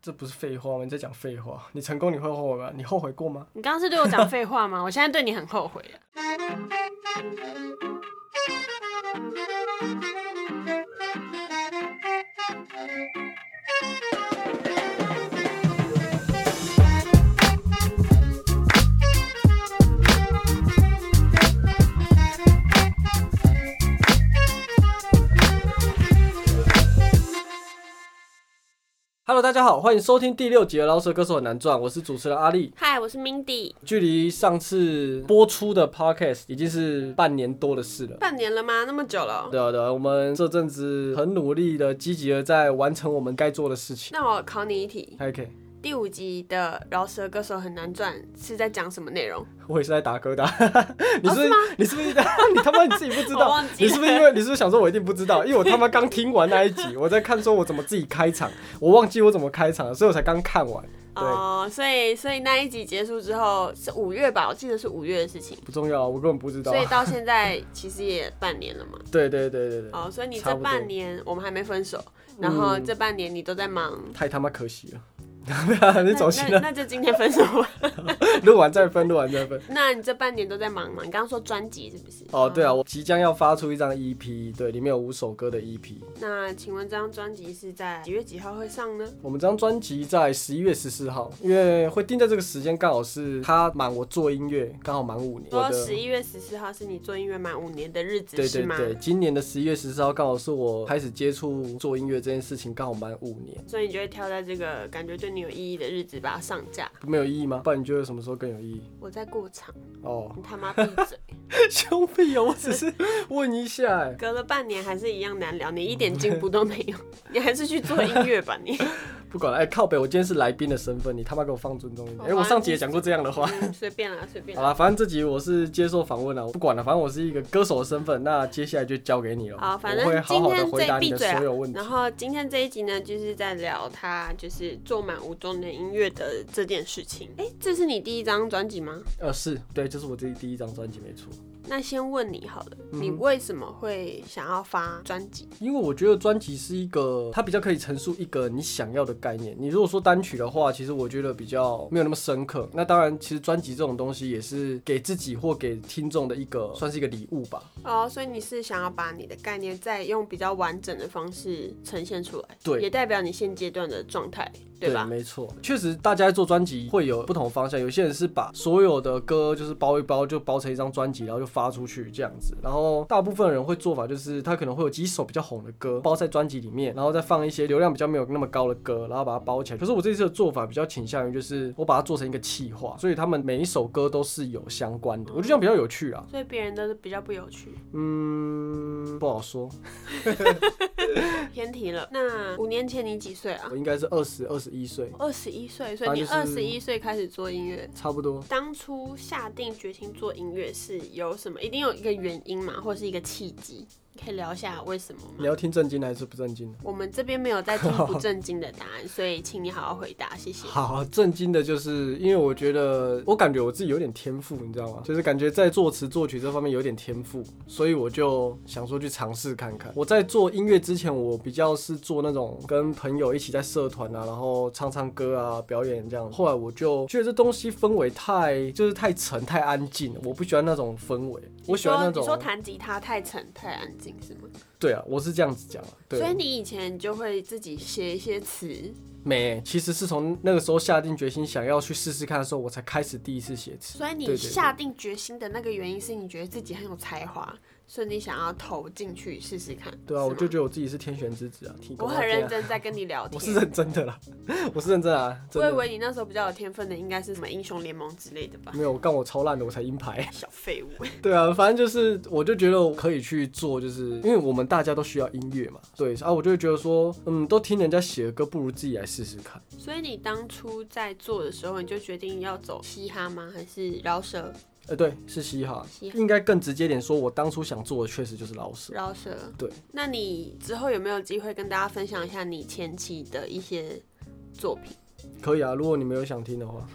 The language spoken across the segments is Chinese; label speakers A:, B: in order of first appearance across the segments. A: 这不是废话吗？你在讲废话。你成功你会后悔吗？你后悔过吗？
B: 你刚刚是对 我讲废话吗？我现在对你很后悔了。
A: Hello，大家好，欢迎收听第六集的《饶舌歌手很难赚》，我是主持人阿力。
B: 嗨，我是 Mindy，
A: 距离上次播出的 Podcast 已经是半年多的事了。
B: 半年了吗？那么久了哦。
A: 对啊，对啊，我们这阵子很努力的、积极的在完成我们该做的事情。
B: 那我考你一题，
A: 还可以，
B: 第五集的《饶舌歌手很难赚》是在讲什么内容？
A: 我也是在打疙瘩。 你是不是、
B: 哦是吗
A: 你是不是 你他妈你自己不知
B: 我
A: 道
B: 忘？
A: 你
B: 记了
A: 是不是因为你是不是想说我一定不知 道？因为我他妈刚听完那一集，我在看说我怎么自己开场，我忘记我怎么开场了，所以我才刚看完。对，
B: 哦、所以所以那一集结束之后是五月吧？我记得是五月的事情，
A: 不重要啊，我根本不知道
B: 所。以到现在其实也半年了 嘛。
A: 对对对对对，
B: 哦，所以你
A: 差
B: 这
A: 不多
B: 半年我们还没分手，然后
A: 嗯
B: 这半年你都在忙。
A: 太他妈可惜了。对啊， 你
B: 那
A: 走心
B: 那
A: 了，
B: 那就今天分手吧。
A: 录完再分，录完再分。
B: 那你这半年都在忙吗？你刚刚说专辑是不是？
A: 哦，对啊，我即将要发出一张 EP，对，里面有五首歌的 E EP。
B: 那请问这张专辑是在几月几号会上呢？
A: 我们这张专辑在十一月十四号，因为会定在这个时间，刚好是他满我做音乐，刚好满五年。我
B: 说
A: 的
B: 十一月十四号是你做音乐满五年的日子
A: 对
B: 是
A: 对
B: 吗？
A: 对，今年的十一月十四号刚好是我开始接触做音乐这件事情，刚好满五年，
B: 所以你就会挑在这个感觉对你有意义的日子把它上架。
A: 没有意义吗？不然你觉得什么时候更有意义？
B: 我在过场，
A: 哦，
B: 你他妈闭嘴！
A: 兄弟啊，我只是问一下、哎，
B: 隔了半年还是一样难聊，你一点进步都没有， 你还是去做音乐吧你。
A: 不管了，哎、靠北，我今天是来宾的身份，你他妈给我放尊重一点。
B: 好啊
A: 哎、
B: 吧
A: 我上集也讲过这样的话。
B: 嗯随便啦，随便
A: 好
B: 啦。
A: 啦，反正这集我是接受访问了，我不管了，反正我是一个歌手的身份，那接下来就交给你了。
B: 好，反
A: 我会
B: 正
A: 好
B: 今
A: 好的
B: 天
A: 回
B: 这
A: 答你
B: 闭
A: 的
B: 嘴
A: 所
B: 啊
A: 有问。题
B: 然。后今天这一集呢，就是在聊他就是做满五周年音乐的这件事情。哎、这是你第一张专辑吗？
A: 呃，是对，这是我自己第一张专辑，没错。
B: 那先问你好了，你
A: 嗯
B: 为什么会想要发专辑？
A: 因为我觉得专辑是一个，它比较可以陈述一个你想要的概念。你如果说单曲的话，其实我觉得比较没有那么深刻。那当然，其实专辑这种东西也是给自己或给听众的一个，算是一个礼物吧。
B: 哦，所以你是想要把你的概念再用比较完整的方式呈现出来，
A: 对
B: 也代表你现阶段的状态，对吧？
A: 没错，确实，大家在做专辑会有不同的方向。有些人是把所有的歌就是包一包，就包成一张专辑，然后就发出去这样子。然后大部分人会做法就是，他可能会有几首比较红的歌包在专辑里面，然后再放一些流量比较没有那么高的歌，然后把它包起来。可是我这次的做法比较倾向于就是我把它做成一个企划，所以他们每一首歌都是有相关的，我觉得这样比较有趣啊。
B: 所以别人都是比较不有趣，
A: 嗯，不好说，
B: 偏题了。那五年前你几岁啊
A: 我？应该是二十二十一岁，
B: 二十一岁，所以你
A: 反
B: 二
A: 正就是
B: 十一岁开始做音乐。
A: 差不多。
B: 当初下定决心做音乐是有什么？一定有一个原因嘛，或是一个契机？你可以聊一下为什么
A: 你
B: 吗？
A: 要听正经的还是不正经的？
B: 我们这边没有 在听不正经的答案，所以请你好好回答，谢谢。
A: 好震惊的就是，因为我觉得我感觉我自己有点天赋，你知道吗？就是感觉在作词作曲这方面有点天赋，所以我就想说去尝试看看。我在做音乐之前，我比较是做那种跟朋友一起在社团啊，然后唱唱歌啊，表演这样。后来我就觉得这东西氛围太就是太沉太安静了，我不喜欢那种氛围，我喜欢那
B: 哦你说你说
A: 种。
B: 弹吉他太沉太安静是吗？
A: 对啊，我是这样子讲啊。对
B: 所以你以前就会自己写一些词，
A: 没，其实是从那个时候下定决心想要去试试看的时候，我才开始第一次写词。
B: 所以
A: 对
B: 你
A: 对对
B: 下定决心的那个原因是你觉得自己很有才华，所以你想要投进去试试看。
A: 对啊，我
B: 是吗嗯
A: 就觉得我自己是天选之子啊，提供
B: 我
A: 啊
B: 很
A: 这样
B: 认，真在跟你聊天。
A: 我是认真的啦， 我是认真的啊，真
B: 我以
A: 的
B: 为你那时候比较有天分的应该是什么英雄联盟之类的吧，
A: 没有干我超烂的，我才银牌。
B: 小废物。
A: 对啊，反正就是我就觉得我可以去做，就是因为我们大家都需要音乐嘛，对啊，我就会觉得说，嗯，都听人家写的歌，不如自己来试试看。
B: 所以你当初在做的时候，你就决定要走嘻哈吗？还是饶舌？
A: 呃，对，是嘻哈
B: 嘻，哈嗯
A: 应该更直接点说，我当初想做的确实就是老舍。
B: 饶舌。
A: 对。
B: 那你之后有没有机会跟大家分享一下你前期的一些作品？
A: 可以啊，如果你们有想听的话，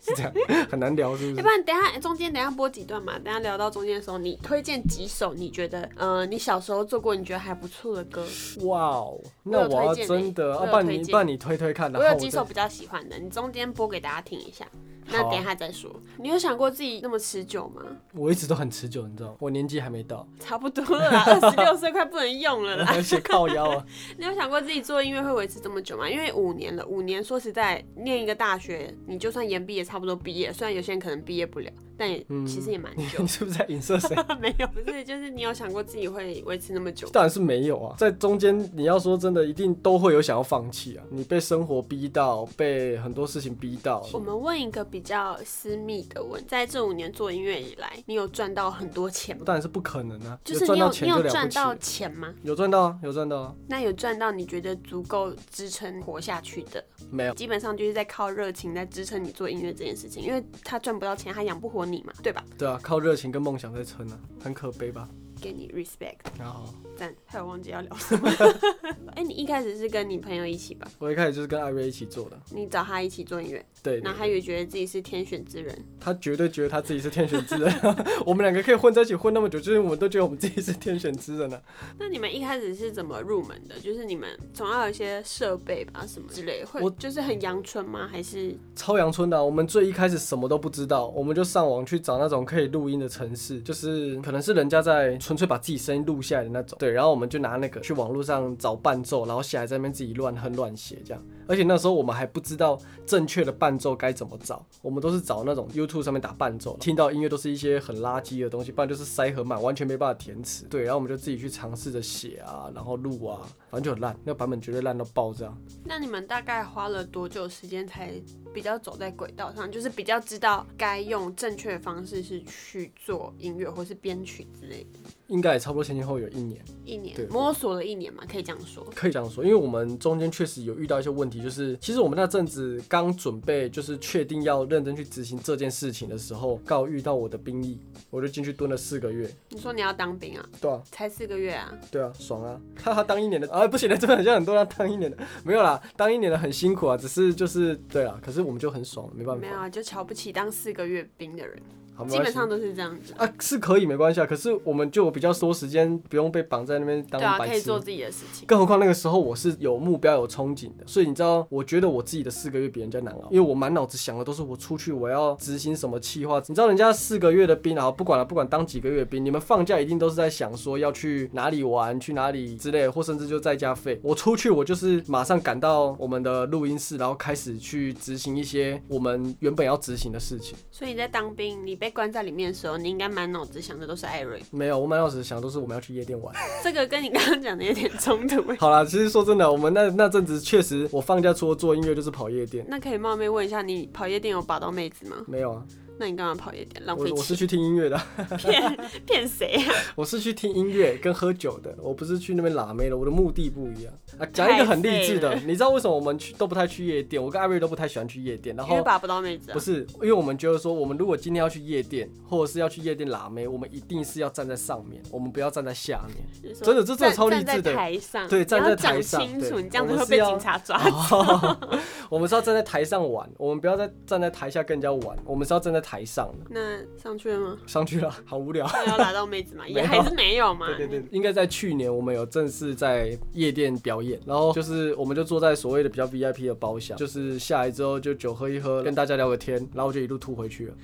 A: 是这样，很难聊是不
B: 要
A: 是
B: 哎不？然等一下中间等一下播几段嘛，等一下聊到中间的时候，你推荐几首你觉得呃你小时候做过你觉得还不错的歌？
A: 哇哦，
B: 我
A: 那
B: 有
A: 我要
B: 推荐欸
A: 真的，要
B: 我有
A: 不然
B: 推
A: 你
B: 荐
A: 不然你推推看，然后
B: 我有
A: 啊我
B: 几
A: 再
B: 首比较喜欢的，你中间播给大家听一下。那
A: 好啊
B: 等一下再说。你有想过自己那么持久吗？
A: 我一直都很持久，你知道吗，我年纪还没 到，
B: 差不多了啦，二十六岁快不能用了啦。
A: 而且靠腰 啊，
B: 你有想过自己做音乐会维持这么久吗？因为五年了，五年说实在，念一个大学，你就算延毕也差不多毕业，虽然有些人可能毕业不了，但也、
A: 嗯
B: 其实也蛮
A: 你
B: 久
A: 你。是不是在影射谁？
B: 没有，不是，就是你有想过自己会维持那么久？
A: 当然是没有啊，在中间你要说真的，一定都会有想要放弃啊。你被生活逼到，被很多事情逼到，
B: 我们问一个比较私密的问，在这五年做音乐以来，你有赚到很多钱吗？
A: 当然是不可能啊。
B: 就
A: 有
B: 是
A: 赚
B: 你有
A: 到
B: 你
A: 钱就
B: 有
A: 了不
B: 赚
A: 起
B: 到
A: 了，
B: 钱吗？
A: 有赚到啊，有赚到啊，
B: 那有赚到你觉得足够支撑活下去的，
A: 没有。
B: 基本上就是在靠热情在支撑你做音乐这件事情，因为他赚不到钱，他养不活你嘛，对吧？
A: 对啊，靠热情跟梦想在撑啊，很可悲吧？
B: 给你 respect，
A: 然后
B: 赞。还有忘记要聊什么？ 哎、你一开始是跟你朋友一起吧？
A: 我一开始就是跟艾瑞一起做的，
B: 你找他一起做音乐，
A: 对
B: 然
A: 对
B: 后他也觉得自己是天选之人，
A: 他绝对觉得他自己是天选之人。啊 我们两个可以混在一起混那么久，就是我们都觉得我们自己是天选之人了、啊。
B: 那你们一开始是怎么入门的？就是你们总要有一些设备吧，什么之类的，会
A: 我
B: 就是很阳春吗？还是
A: 超阳春的啊、我们最一开始什么都不知道，我们就上网去找那种可以录音的城市，就是可能是人家在纯粹把自己声音录下来的那种。对，然后我们就拿那个去网络上找伴奏，然后下来在那边自己乱哼乱写这样。而且那时候我们还不知道正确的伴奏该怎么找，我们都是找那种 YouTube 上面打伴奏，听到音乐都是一些很垃圾的东西，不然就是塞很满，完全没办法填词。对，然后我们就自己去尝试着写啊，然后录啊，反正就很烂，那个版本绝对烂到爆炸。
B: 那你们大概花了多久时间才比较走在轨道上？就是比较知道该用正确的方式是去做音乐或是编曲之类的。
A: 应该也差不多前前后后有一年。
B: 一年
A: 对
B: 摸索了一年嘛，可以这样说。
A: 可以这样说，因为我们中间确实有遇到一些问题，就是其实我们那阵子刚准备就是确定要认真去执行这件事情的时候，刚好遇到我的兵役，我就进去蹲了四个月。
B: 你说你要当兵啊？
A: 对啊，
B: 才四个月啊？
A: 对啊，爽啊！哈哈，当一年的啊，不行了，这边好像很多人当一年的，没有啦，当一年的很辛苦啊，只是就是对啊，可是我们就很爽，没办法
B: 没，有啊，就瞧不起当四个月兵的人，
A: 好，没
B: 基
A: 关
B: 本
A: 系
B: 上都是这样子。
A: 啊，是可以没关系啊，可是我们就有比较多时间，不用被绑在那边当
B: 对啊，
A: 白
B: 可以
A: 痴
B: 做。自己的事情。
A: 更何况那个时候我是有目标、有憧憬的，所以你知道，我觉得我自己的四个月比人家难熬，因为我满脑子想的都是我出去我要执行什么计划。你知道人家四个月的兵啊，不管了，不管当几个月的兵，你们放假一定都是在想说要去哪里玩、去哪里之类，或甚至就在家废。我出去我就是马上赶到我们的录音室，然后开始去执行一些我们原本要执行的事情。
B: 所以你在当兵，你被关在里面的时候，你应该满脑子想的都是艾瑞。
A: 没有，我满脑子想的都是我们要去夜店玩。
B: 这个跟你刚刚讲的有点冲突欸。
A: 好啦，其实说真的，我们那那阵子确实，我放假除了做音乐就是跑夜店。
B: 那可以冒昧问一下，你跑夜店有把到妹子吗？
A: 没有啊，
B: 那你干嘛跑夜店？浪
A: 我
B: 费
A: 我是
B: 钱，
A: 去听音乐的，
B: 骗骗谁啊？
A: 我是去听音乐跟喝酒的，我不是去那边拉妹的，我的目的不一样啊。讲一个很励志的
B: 太，
A: 你知道为什么我们去都不太去夜店？我跟艾瑞都不太喜欢去夜店，然
B: 因为
A: 后。
B: 把不到妹子啊
A: 不。是，因为我们觉得说，我们如果今天要去夜店，或者是要去夜店拉妹，我们一定是要站在上面，我们不要站在下面。
B: 就是说
A: 真的这真的超励志的
B: 站在台上，
A: 对
B: 你
A: 站在台上
B: 要讲清楚，
A: 对
B: 你这样子
A: 我
B: 会
A: 们
B: 被
A: 是要
B: 警察抓。
A: 哦、 我们是要站在台上玩，我们不要再站在台下跟人家玩，我们是要站在台上的。
B: 那上去了吗？
A: 上去了，好无聊。
B: 那要拿到妹子 吗？
A: 没有
B: 也还是没有嘛。
A: 对对对，应该在去年我们有正式在夜店表演，然后就是我们就坐在所谓的比较 VIP 的包厢，就是下来之后就酒喝一喝，跟大家聊个天，然后我就一路吐回去了。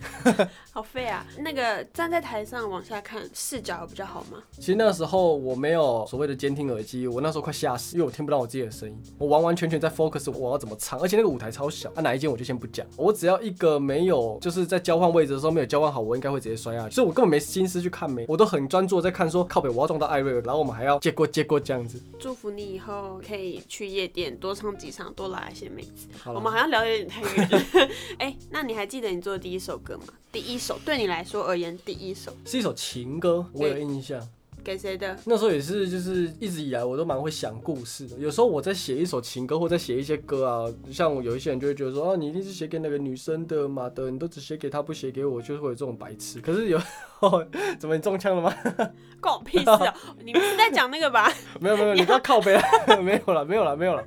B: 好废啊！那个站在台上往下看，视角比较好吗？
A: 其实那时候我没有所谓的监听耳机，我那时候快吓死，因为我听不到我自己的声音，我完完全全在 focus 我要怎么唱，而且那个舞台超小，啊哪一间我就先不讲，我只要一个没有就是在交换位置的时候没有交换好，我应该会直接摔下去，所以我根本没心思去看没，我都很专注地在看说靠北我要撞到艾瑞尔，然后我们还要接过接过这样子。
B: 祝福你以后可以去夜店多唱几场，多拉一些妹子。
A: 好
B: 我
A: 了
B: 们。好像聊得有点太远。 哎、那你还记得你做的第一首歌吗？第一首对你来说而言，第一首
A: 是一首情歌，我有印象。
B: 给谁的？
A: 那时候也是，就是一直以来我都蛮会想故事的。有时候我在写一首情歌，或在写一些歌啊，像我有一些人就会觉得说，哦、你一定是写给那个女生的嘛的，你都只写给她，不写给我，就是会有这种白痴。可是有， 怎么你中枪了吗？
B: 关我啊 屁事哦！你们是在讲那个吧？
A: 啊没有没有，你不要靠背，没有了没有了没有了。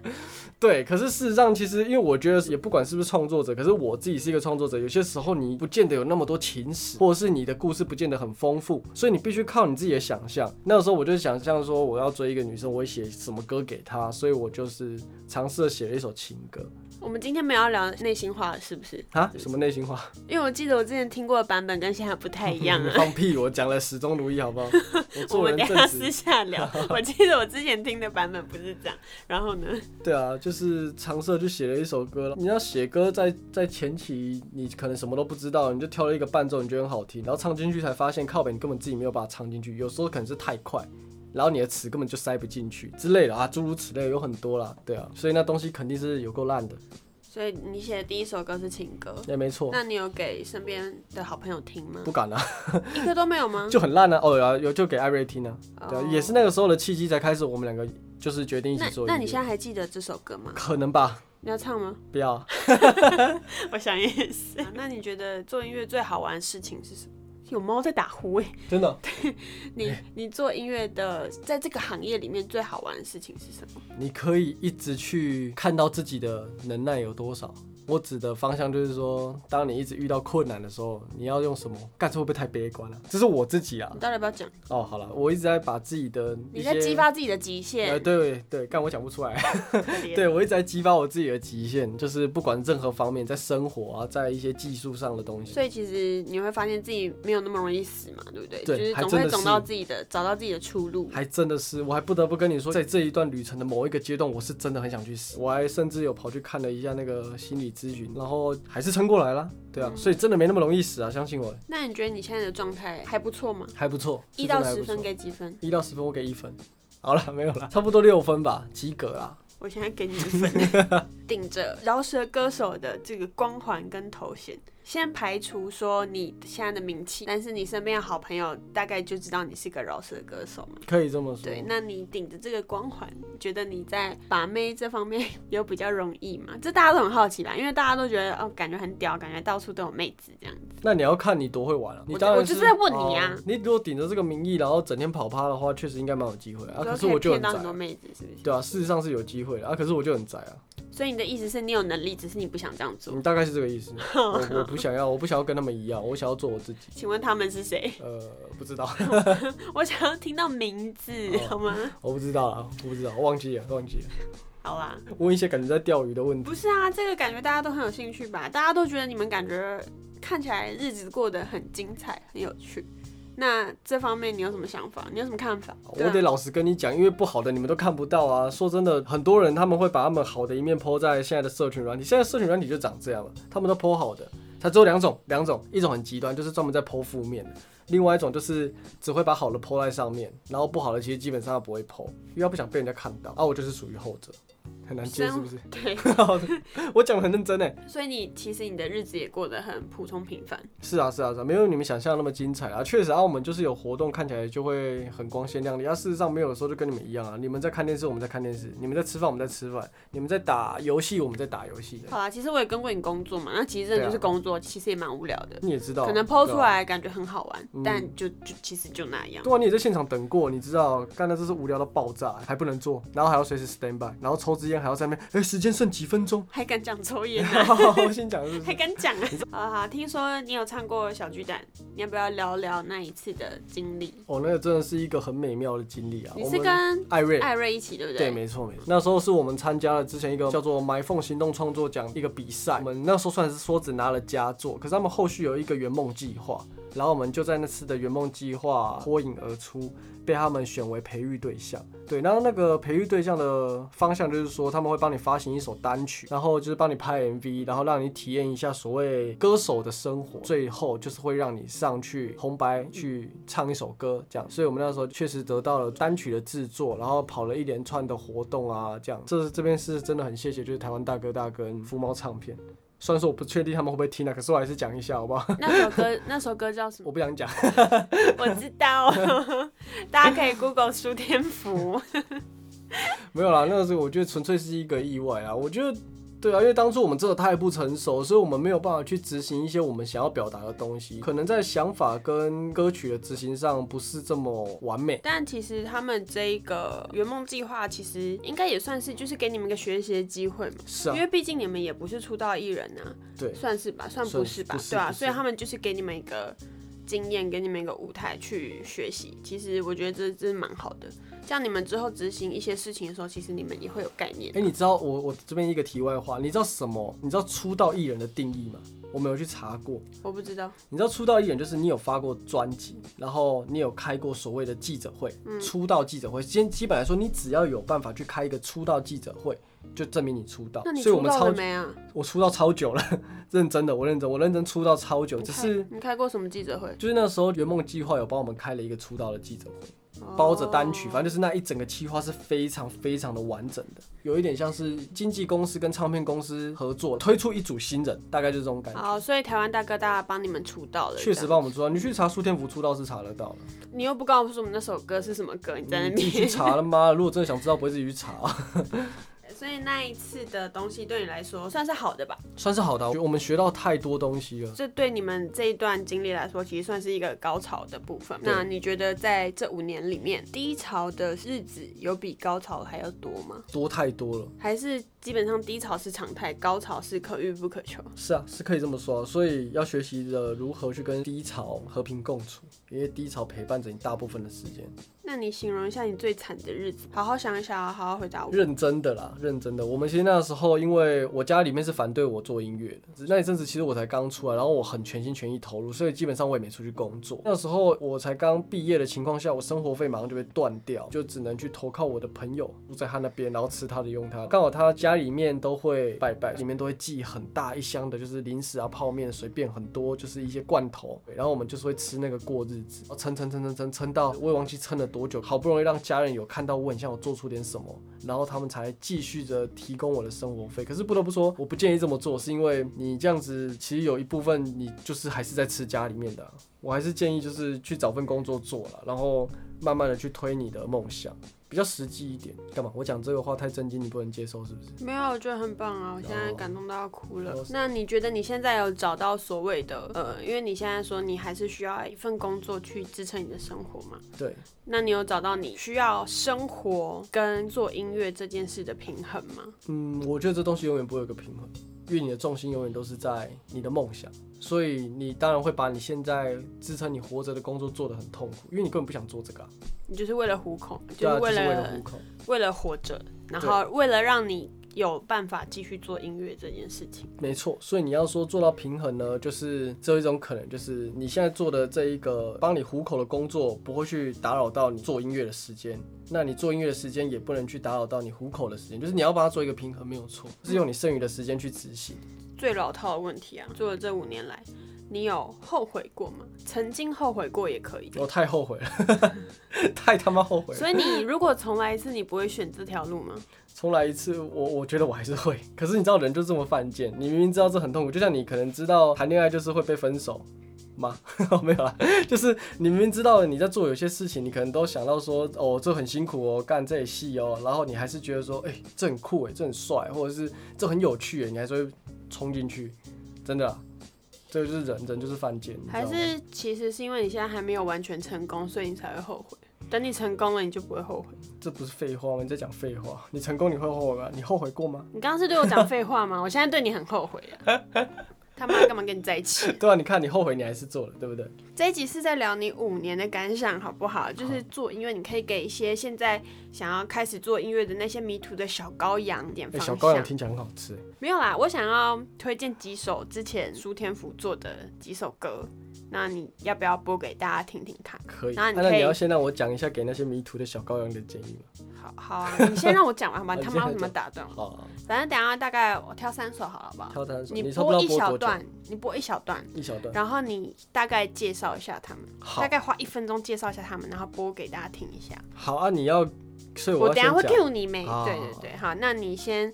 A: 对，可是事实上，其实因为我觉得也不管是不是创作者，可是我自己是一个创作者，有些时候你不见得有那么多情史，或者是你的故事不见得很丰富，所以你必须靠你自己的想象。那个时候我就想象说，我要追一个女生，我会写什么歌给她，所以我就是尝试着写了一首情歌
B: 我们今天没有要聊内心话，是不是？
A: 啊，什么内心话，
B: 因为我记得我之前听过的版本跟现在不太一 样啊。
A: 放屁，我讲了始终如一，好不好？我
B: 我
A: 做
B: 们
A: 人
B: 等一
A: 正
B: 下
A: 直
B: 私。下聊。 我记得我之前听的版本不是这样，然后呢，
A: 对啊，就是尝试地去写了一首歌了。你要写歌在，在前期你可能什么都不知道，你就挑了一个伴奏，你觉得很嗯好听，然后唱进去才发现靠北，你根本自己没有把它唱进去，有时候可能是太快。然后你的词根本就塞不进去之类的啊，诸如此类有很多啦，对啊，所以那东西肯定是有够烂的，
B: 所以你写的第一首歌是情歌，
A: 也没错，
B: 那你有给身边的好朋友听吗
A: 不？敢啊，
B: 一个都没有吗？
A: 就很烂啊，哦有啊有就给艾瑞听啊，对啊
B: 哦，
A: 也是那个时候的契机才开始我们两个就是决定一
B: 那
A: 起做音乐，
B: 那你现在还记得这首歌吗？
A: 可能吧，
B: 你要唱吗？
A: 不要啊，
B: 我想也是。那你觉得做音乐最好玩的事情是什么？有猫在打呼哎、
A: 真的，
B: 你
A: 哎
B: 你做音乐的，在这个行业里面最好玩的事情是什么？
A: 你可以一直去看到自己的能耐有多少。我指的方向就是说，当你一直遇到困难的时候，你要用什么？干这会不会太悲观了、这是我自己啊
B: 你。到底要不要讲？
A: 哦，好了，我一直在把自己的一
B: 你
A: 些
B: 在激发自己的极
A: 呃，
B: 限。
A: 对对，干我讲不出 来。
B: 可怜
A: 对我一直在激发我自己的极限，就是不管任何方面，在生活啊，在一些技术上的东西。
B: 所以其实你会发现自己没有那么容易死嘛，对不对？
A: 对
B: 就是
A: 还
B: 总
A: 真
B: 会
A: 的
B: 找
A: 是
B: 到自己的，找到自己的出路。
A: 还真的是，我还不得不跟你说，在这一段旅程的某一个阶段，我是真的很想去死。我还甚至有跑去看了一下那个心理咨询，然后还是撑过来了。对
B: 嗯
A: 啊，所以真的没那么容易死啊，相信我，
B: 那你觉得你现在的状态还不错吗？
A: 还不错，
B: 一
A: 是真
B: 到
A: 的还
B: 十
A: 不错
B: 分，给几分？
A: 一到十分我给一分。好了，没有了，差不多六分吧，及格啦。
B: 我现在给你一分， 顶着饶舌歌手的这个光环跟头衔。先排除说你现在的名气，但是你身边的好朋友大概就知道你是个饶舌歌手嘛。
A: 可以这么说。
B: 对，那你顶着这个光环，觉得你在把妹这方面有比较容易吗？这大家都很好奇吧，因为大家都觉得哦，感觉很屌，感觉到处都有妹子这样子。
A: 那你要看你多会玩啊。你
B: 我
A: 当然
B: 我就是在问你啊
A: 哦你如果顶着这个名义，然后整天跑趴的话，确实应该蛮有机会啊。可是我
B: 以
A: 就很宅
B: 骗到很
A: 啊、
B: 多妹子，是不是？
A: 对啊，事实上是有机会的啊，可是我就很宅啊。
B: 所以你的意思是你有能力，只是你不想这样做
A: 你？嗯大概是这个意 思。我我不想要，我不想要跟他们一样，我想要做我自己。
B: 请问他们是谁？
A: 呃，不知道，
B: 我想要听到名字，
A: 哦
B: 好吗？
A: 我不知道啊，我不知道，我忘记了，忘记了。
B: 好啦，
A: 问一些感觉在钓鱼的问题。
B: 不是啊，这个感觉大家都很有兴趣吧？大家都觉得你们感觉看起来日子过得很精彩，很有趣。那这方面你有什么想法？你有什么看法？对
A: 哦我
B: 啊
A: 得老实跟你讲，因为不好的你们都看不到啊。说真的，很多人他们会把他们好的一面抛在现在的社群软体，现在社群软体就长这样了，他们都抛好的，它只有两种，两种，一种很极端，就是专门在抛负面的。另外一种就是只会把好的抛在上面，然后不好的其实基本上他不会抛，因为他不想被人家看到。啊，我就是属于后者，很难接是不是？
B: 对，
A: 好的，啊我讲的很认真哎。
B: 所以你其实你的日子也过得很普通平凡。
A: 是啊，是啊，是啊，没有你们想象那么精彩啊。确实啊，我们就是有活动，看起来就会很光鲜亮丽。啊，事实上没有的时候就跟你们一样啊。你们在看电视，我们在看电视；你们在吃饭，我们在吃饭；你们在打游戏，我们在打游戏。
B: 好啦，其实我也跟过你工作嘛，那其实真的就是工作，其实也蛮无聊的，
A: 你也知道，
B: 可能剖出
A: 对啊。
B: 来感觉很好玩，
A: 嗯
B: 但就就其实就那样。
A: 对啊，你也在现场等过，你知道，干的这是无聊到爆炸，还不能做，然后还要随时 stand by，然后抽支烟还要在那边，哎、时间剩几分钟，
B: 还敢讲抽烟、啊？
A: 我先讲是不
B: 还
A: 是？
B: 敢讲 啊！好好，听说你有唱过小巨蛋，你要不要聊聊那一次的经历？
A: 哦，那个真的是一个很美妙的经历啊。
B: 你
A: 我
B: 是
A: 们
B: 跟
A: 艾瑞
B: 艾瑞一起对不
A: 对，
B: 对
A: 没错没错。那时候是我们参加了之前一个叫做“埋缝行动创作奖”一个比赛，我们那时候算是说只拿了佳作，可是他们后续有一个圆梦计划，然后我们就在那次的圆梦计划脱颖而出，被他们选为培育对象。对，然后那个培育对象的方向就是说，他们会帮你发行一首单曲，然后就是帮你拍 MV，然后让你体验一下所谓歌手的生活，最后就是会让你上去红白去唱一首歌这样。所以我们那时候确实得到了单曲的制作，然后跑了一连串的活动啊，这样。这这边是真的很谢谢，就是台湾大哥大跟福猫唱片。虽然说我不确定他们会不会听啊，可是我还是讲一下好不好？
B: 那首歌，那首歌叫什么？
A: 我不想讲，
B: 我知道， 大家可以 Google 苏天福。
A: 没有啦，那个时候我觉得纯粹是一个意外啦。我觉得对啊，因为当初我们真的太不成熟，所以我们没有办法去执行一些我们想要表达的东西，可能在想法跟歌曲的执行上不是这么完美。
B: 但其实他们这一个圆梦计划，其实应该也算是就是给你们一个学习的机会嘛。
A: 是啊
B: 因，为毕竟你们也不是出道艺人呐、
A: 对
B: 算是吧，算不是
A: 算
B: 吧，
A: 不是
B: 对啊，
A: 不是
B: 所以他们就是给你们一个经验，给你们一个舞台去学习。其实我觉得这这蛮好的，这样你们之后执行一些事情的时候，其实你们也会有概念
A: 哎、。你知道我我这边一个题外话，你知道什么？你知道出道艺人的定义吗？我没有去查过。
B: 我不知道，
A: 你知道出道艺人就是你有发过专辑，然后你有开过所谓的记者会，
B: 嗯
A: 出道记者会。先基本来说，你只要有办法去开一个出道记者会，就证明你出道。
B: 那你
A: 所以我
B: 出
A: 们
B: 道
A: 超
B: 了没啊？
A: 我出道超久了， 认真的，我认真，我认真出道超久，
B: 你
A: 只
B: 开
A: 是
B: 你开过什么记者会？
A: 就是那时候圆梦计划有帮我们开了一个出道的记者会，包着单曲，
B: 哦
A: 反正就是那一整个计划是非常非常的完整的，有一点像是经纪公司跟唱片公司合作推出一组新人，大概就是这种感觉。
B: 好，所以台湾大哥大帮你们出道了，
A: 确实
B: 吧？
A: 帮我们出道，你去查苏天福出道是查得到的，
B: 你又不告诉我们那首歌是什么歌，你在那
A: 你自己去
B: 边。
A: 查了吗？如果真的想知道，不会自己去查、 啊
B: 所以那一次的东西对你来说算是好的吧？
A: 算是好的啊，我们学到太多东西了。
B: 这对你们这一段经历来说，其实算是一个高潮的部分。
A: 对
B: 那你觉得在这五年里面，低潮的日子有比高潮还要多吗？
A: 多太多了，
B: 还是基本上低潮是常态，高潮是可遇不可求？
A: 是啊，是可以这么说啊、所以要学习着如何去跟低潮和平共处，因为低潮陪伴着你大部分的时间。
B: 那你形容一下你最惨的日子，好好想一想啊，好好回答我。
A: 认真的啦，认真的。我们其实那时候，因为我家里面是反对我做音乐的，那一阵子其实我才刚出来，然后我很全心全意投入，所以基本上我也没出去工作。那时候我才刚毕业的情况下，我生活费马上就被断掉，就只能去投靠我的朋友，住在他那边，然后吃他的用他的。刚好他家里面都会拜拜，里面都会寄很大一箱的，就是零食啊、泡面，随便很多，就是一些罐头。然后我们就是会吃那个过日子，然后撑撑撑撑撑撑到我也忘记撑了多久，好不容易让家人有看到我很像我做出点什么，然后他们才继续着提供我的生活费。可是不得不说，我不建议这么做，是因为你这样子其实有一部分你就是还是在吃家里面的啊、我还是建议就是去找份工作做了，然后慢慢的去推你的梦想，比较实际一点。干嘛？我讲这个话太震惊，你不能接受是不是？
B: 没有，我觉得很棒啊！我现在
A: 哦
B: 感动到要哭了
A: 哦。
B: 那你觉得你现在有找到所谓的呃，因为你现在说你还是需要一份工作去支撑你的生活嘛？
A: 对，
B: 那你有找到你需要生活跟做音乐这件事的平衡吗？
A: 嗯，我觉得这东西永远不会有个平衡，因为你的重心永远都是在你的梦想，所以你当然会把你现在支撑你活着的工作做得很痛苦，因为你根本不想做这个、啊，
B: 你就是为了糊口，
A: 对啊，
B: 是
A: 就
B: 为
A: 是
B: 了、
A: 为了糊口。
B: 为了活着，然后为了让你有办法继续做音乐这件事情。
A: 没错，所以你要说做到平衡呢，就是只有一种可能，就是你现在做的这一个帮你糊口的工作，不会去打扰到你做音乐的时间。那你做音乐的时间也不能去打扰到你糊口的时间，就是你要把它做一个平衡，没有错，是用你剩余的时间去执行。
B: 最老套的问题啊，做了这五年来，你有后悔过吗？曾经后悔过也可以。
A: 我太后悔了， 太他妈后悔了。
B: 所以你如果重来一次，你不会选这条路吗？
A: 重来一次，我我觉得我还是会。可是你知道人就这么犯贱，你明明知道这很痛苦，就像你可能知道谈恋爱就是会被分手吗？ 没有啦，就是你明明知道你在做有些事情，你可能都想到说，哦，这很辛苦哦，干这也戏哦，然后你还是觉得说，哎、这很酷哎，这很帅，或者是这很有趣哎，你还是会冲进去，真的啦，这个就是人，人就是犯贱，你知道
B: 还
A: 吗？
B: 是其实是因为你现在还没有完全成功，所以你才会后悔？等你成功了，你就不会后悔。
A: 这不是废话吗？你在讲废话，你成功你会后悔吗？你后悔过吗？
B: 你刚刚是对我讲废话吗？我现在对你很后悔了。他妈干嘛跟你在一起？
A: 对啊，你看你后悔，你还是做了，对不对？
B: 这一集是在聊你五年的感想，好不好？就是做音乐，你可以给一些现在想要开始做音乐的那些迷途的小羔羊点
A: 哎、
B: 方向。
A: 小羔羊听起来很好吃、哎
B: 没有啦，我想要推荐几首之前苏天福做的几首歌，那你要不要播给大家听听看？
A: 可以，
B: 那你
A: 那
B: 可以
A: 你要先让我讲一下给那些迷途的小羔羊的建议吗？
B: 好好啊，你先让我讲 完好吗？
A: 你
B: 他
A: 先
B: 妈为什么打断我？
A: 好，
B: 反正等一下大概我挑三首好了，好不好？
A: 挑单手，
B: 你
A: 差不多
B: 一
A: 要播
B: 小
A: 多久？
B: 段，你播一小段，
A: 一小段，
B: 然后你大概介绍一下他们，
A: 好
B: 大，概花一分钟介绍一下他们，然后播给大家听一下。
A: 好啊，你要，所以
B: 我
A: 要
B: 等一下
A: 先
B: 会
A: 讲。啊
B: cue 你没？
A: 好
B: 对对对，好，那你先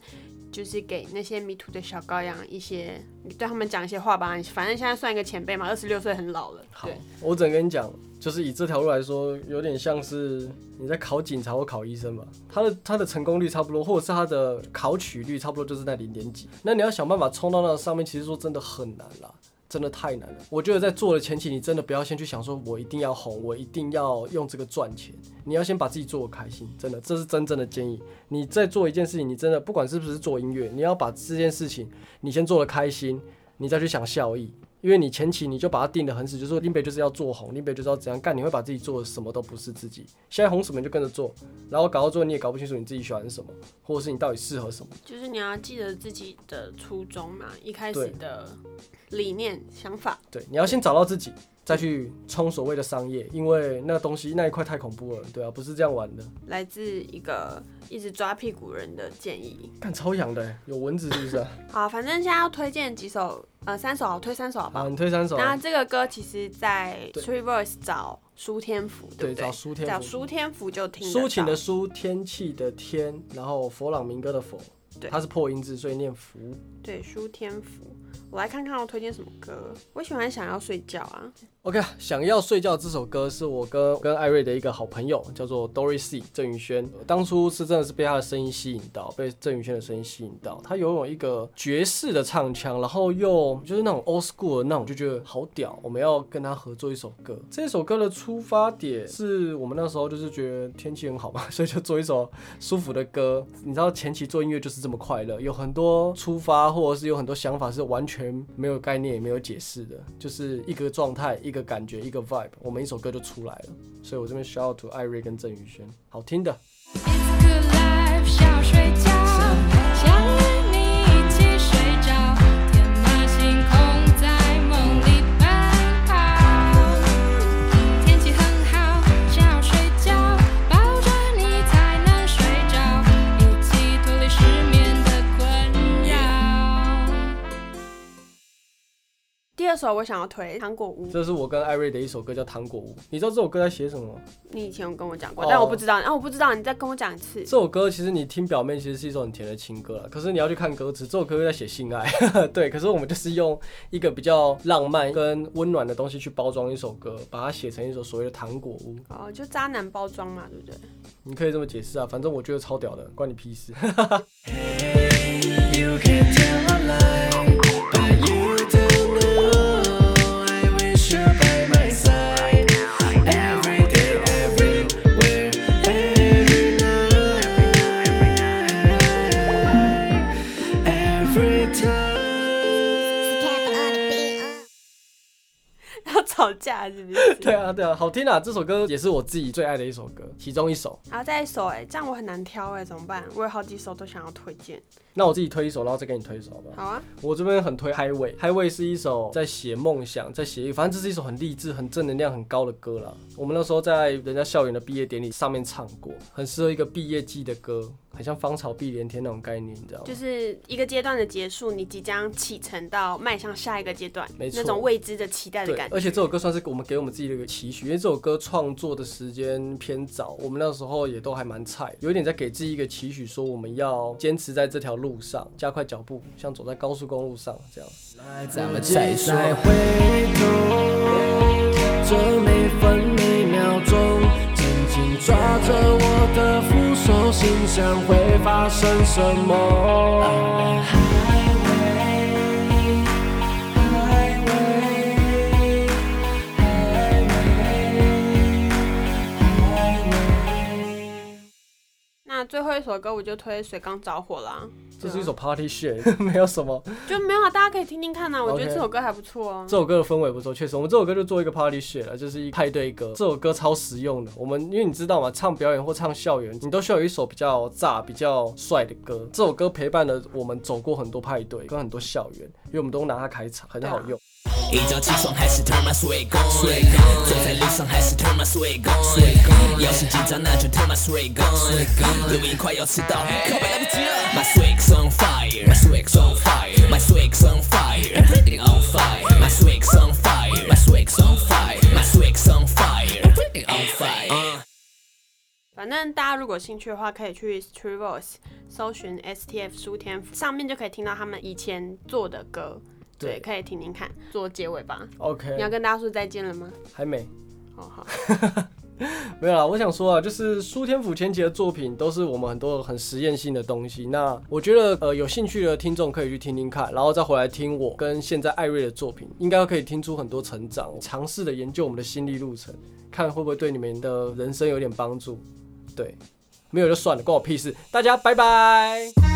B: 就是给那些迷途的小羔羊一些，你对他们讲一些话吧。你反正现在算一个前辈嘛，二十六岁很老了。
A: 好
B: 对，，
A: 我只能跟你讲，就是以这条路来说，有点像是你在考警察或考医生嘛，他的他的成功率差不多，或者是他的考取率差不多就是在零点几。那你要想办法冲到那上面，其实说真的很难啦。真的太难了，我觉得在做的前期，你真的不要先去想说，我一定要红，我一定要用这个赚钱。你要先把自己做得开心，真的，这是真正的建议。你在做一件事情，你真的不管是不是做音乐，你要把这件事情你先做得开心，你再去想效益。因为你前期你就把它定得很死，就是说林北就是要做红，林北就是要怎样干，你会把自己做的什么都不是自己。现在红什么你就跟着做，然后搞到最后你也搞不清楚你自己喜欢什么，或者是你到底适合什么。
B: 就是你要记得自己的初衷嘛，一开
A: 对
B: 始的理念想法。
A: 对，你要先找到自己，再去冲所谓的商业，因为那东西那一块太恐怖了，对啊，不是这样玩的，
B: 来自一个一直抓屁股人的建议。
A: 干超痒的、欸有蚊子是不是啊？
B: 好，反正现在要推荐几首，呃，三首好，推三首好不
A: 好，
B: 好？
A: 你推三首啊，
B: 那这个歌其实在
A: 对
B: Tree Voice 找舒天福，
A: 对，
B: 不
A: 找
B: 对？
A: 苏
B: 找
A: 天福，
B: 舒天福就听得
A: 抒情
B: 到
A: 的抒，天气的天，然后佛朗明哥的佛，
B: 对
A: 它是破音字，所以念福。
B: 对，舒天福。我来看看我推荐什么歌。我喜欢想要睡觉啊，
A: OK，想要睡觉这首歌是我跟跟艾瑞的一个好朋友，叫做 Dory C 郑宇轩。当初是真的是被他的声音吸引到，被郑宇轩的声音吸引到。他拥有一个爵士的唱腔，然后又就是那种 old school 的那种，就觉得好屌。我们要跟他合作一首歌。这首歌的出发点是我们那时候就是觉得天气很好嘛， 所以就做一首舒服的歌。你知道前期做音乐就是这么快乐，有很多出发或者是有很多想法是完全没有概念也没有解释的，就是一个状态、一个感觉、一个 vibe，我们一首歌就出来了。所以我这边 shout out to 艾瑞跟郑宇轩，好听的。
C: It's good life，想睡觉，想与你一起睡着，天马行空在梦里奔跑。天气很好，想要睡觉，抱着你才能睡着，一起脱离失眠的困扰。
B: 第二首我想要推糖果屋。
A: 这是我跟艾瑞的一首歌叫《糖果屋》，你知道这首歌在写什么吗？
B: 你以前有跟我讲过，
A: 哦
B: 但我不知道，然、后我不知道，你再跟我讲一次
A: 这。首歌其实你听表面其实是一首很甜的情歌了，可是你要去看歌词，这首歌在写性爱， 对。可是我们就是用一个比较浪漫跟温暖的东西去包装一首歌，把它写成一首所谓的糖果屋。
B: 哦，就渣男包装嘛，对不对？
A: 你可以这么解释啊，反正我觉得超屌的，关你屁事。
D: You can tell a lie, but you don't know. I wish you by my side every day, everywhere, every night, every time.
B: 要吵架是不是？
A: 对啊，对啊，好听啊！这首歌也是我自己最爱的一首歌，其中一首。
B: 然后再一首哎、这样我很难挑哎、怎么办？我有好几首都想要推荐。
A: 那我自己推一首，然后再给你推一首，好不好？
B: 好啊，
A: 我这边很推 Highway，Highway 是一首在写梦想，在写，反正这是一首很励志、很正能量、很高的歌啦。我们那时候在人家校园的毕业典礼上面唱过，很适合一个毕业季的歌，很像芳草碧连天那种概念，你知道吗？
B: 就是一个阶段的结束，你即将启程到迈向下一个阶段，
A: 没错
B: 那种未知的期待的
A: 对，
B: 感觉。
A: 而且这首歌算是我们给我们自己的一个期许，因为这首歌创作的时间偏早，我们那时候也都还蛮菜，有点在给自己一个期许，说我们要坚持在这条路上，加快脚步，像走在高速公路上这样。
D: 咱们再说。回头，这每分每秒钟，紧紧抓着我的扶手，心想会发生什么？
B: 那最后一首歌我就推《水缸着火》啦，
A: 这是一首 party shit，没有 什么。
B: 就没有啊，大家可以听听看啊，我觉得
A: OK
B: 这首歌还不错哦、
A: 这首歌的氛围不错，确实，我们这首歌就做一个 party shit 了，就是一派对歌。这首歌超实用的，我们因为你知道嘛，唱表演或唱校园，你都需要有一首比较炸、比较帅的歌。这首歌陪伴了我们走过很多派对跟很多校园，因为我们都拿它开场，很好
B: 啊
A: 用。
E: 一觉起床还是他妈睡够，睡够；走在路上还是他妈睡够，睡够。要是紧张那就他妈睡够，睡够。录音快要迟到，快被来不及了。My swag's on fire, my swag's on fire, my swag's on fire, everything on fire. My swag's on fire, my swag's on fire, my swag's on fire, everything on fire.
B: 反正大家如果有兴趣的话，可以去 True Voice 搜寻 STF 苏天福，上面就可以听到他们以前做的歌。
A: 对
B: 对，可以听听看，做结尾吧。你要
A: ，OK，
B: 跟大家说再见了吗？
A: 还没。
B: 哦，好，
A: 没有啦，我想说啊，就是苏天府前期的作品都是我们很多很实验性的东西。那我觉得呃有兴趣的听众可以去听听看，然后再回来听我跟现在艾瑞的作品，应该可以听出很多成长。尝试的研究我们的心理路程，看会不会对你们的人生有点帮助。对，没有就算了，关我屁事。大家拜拜。
C: 拜拜。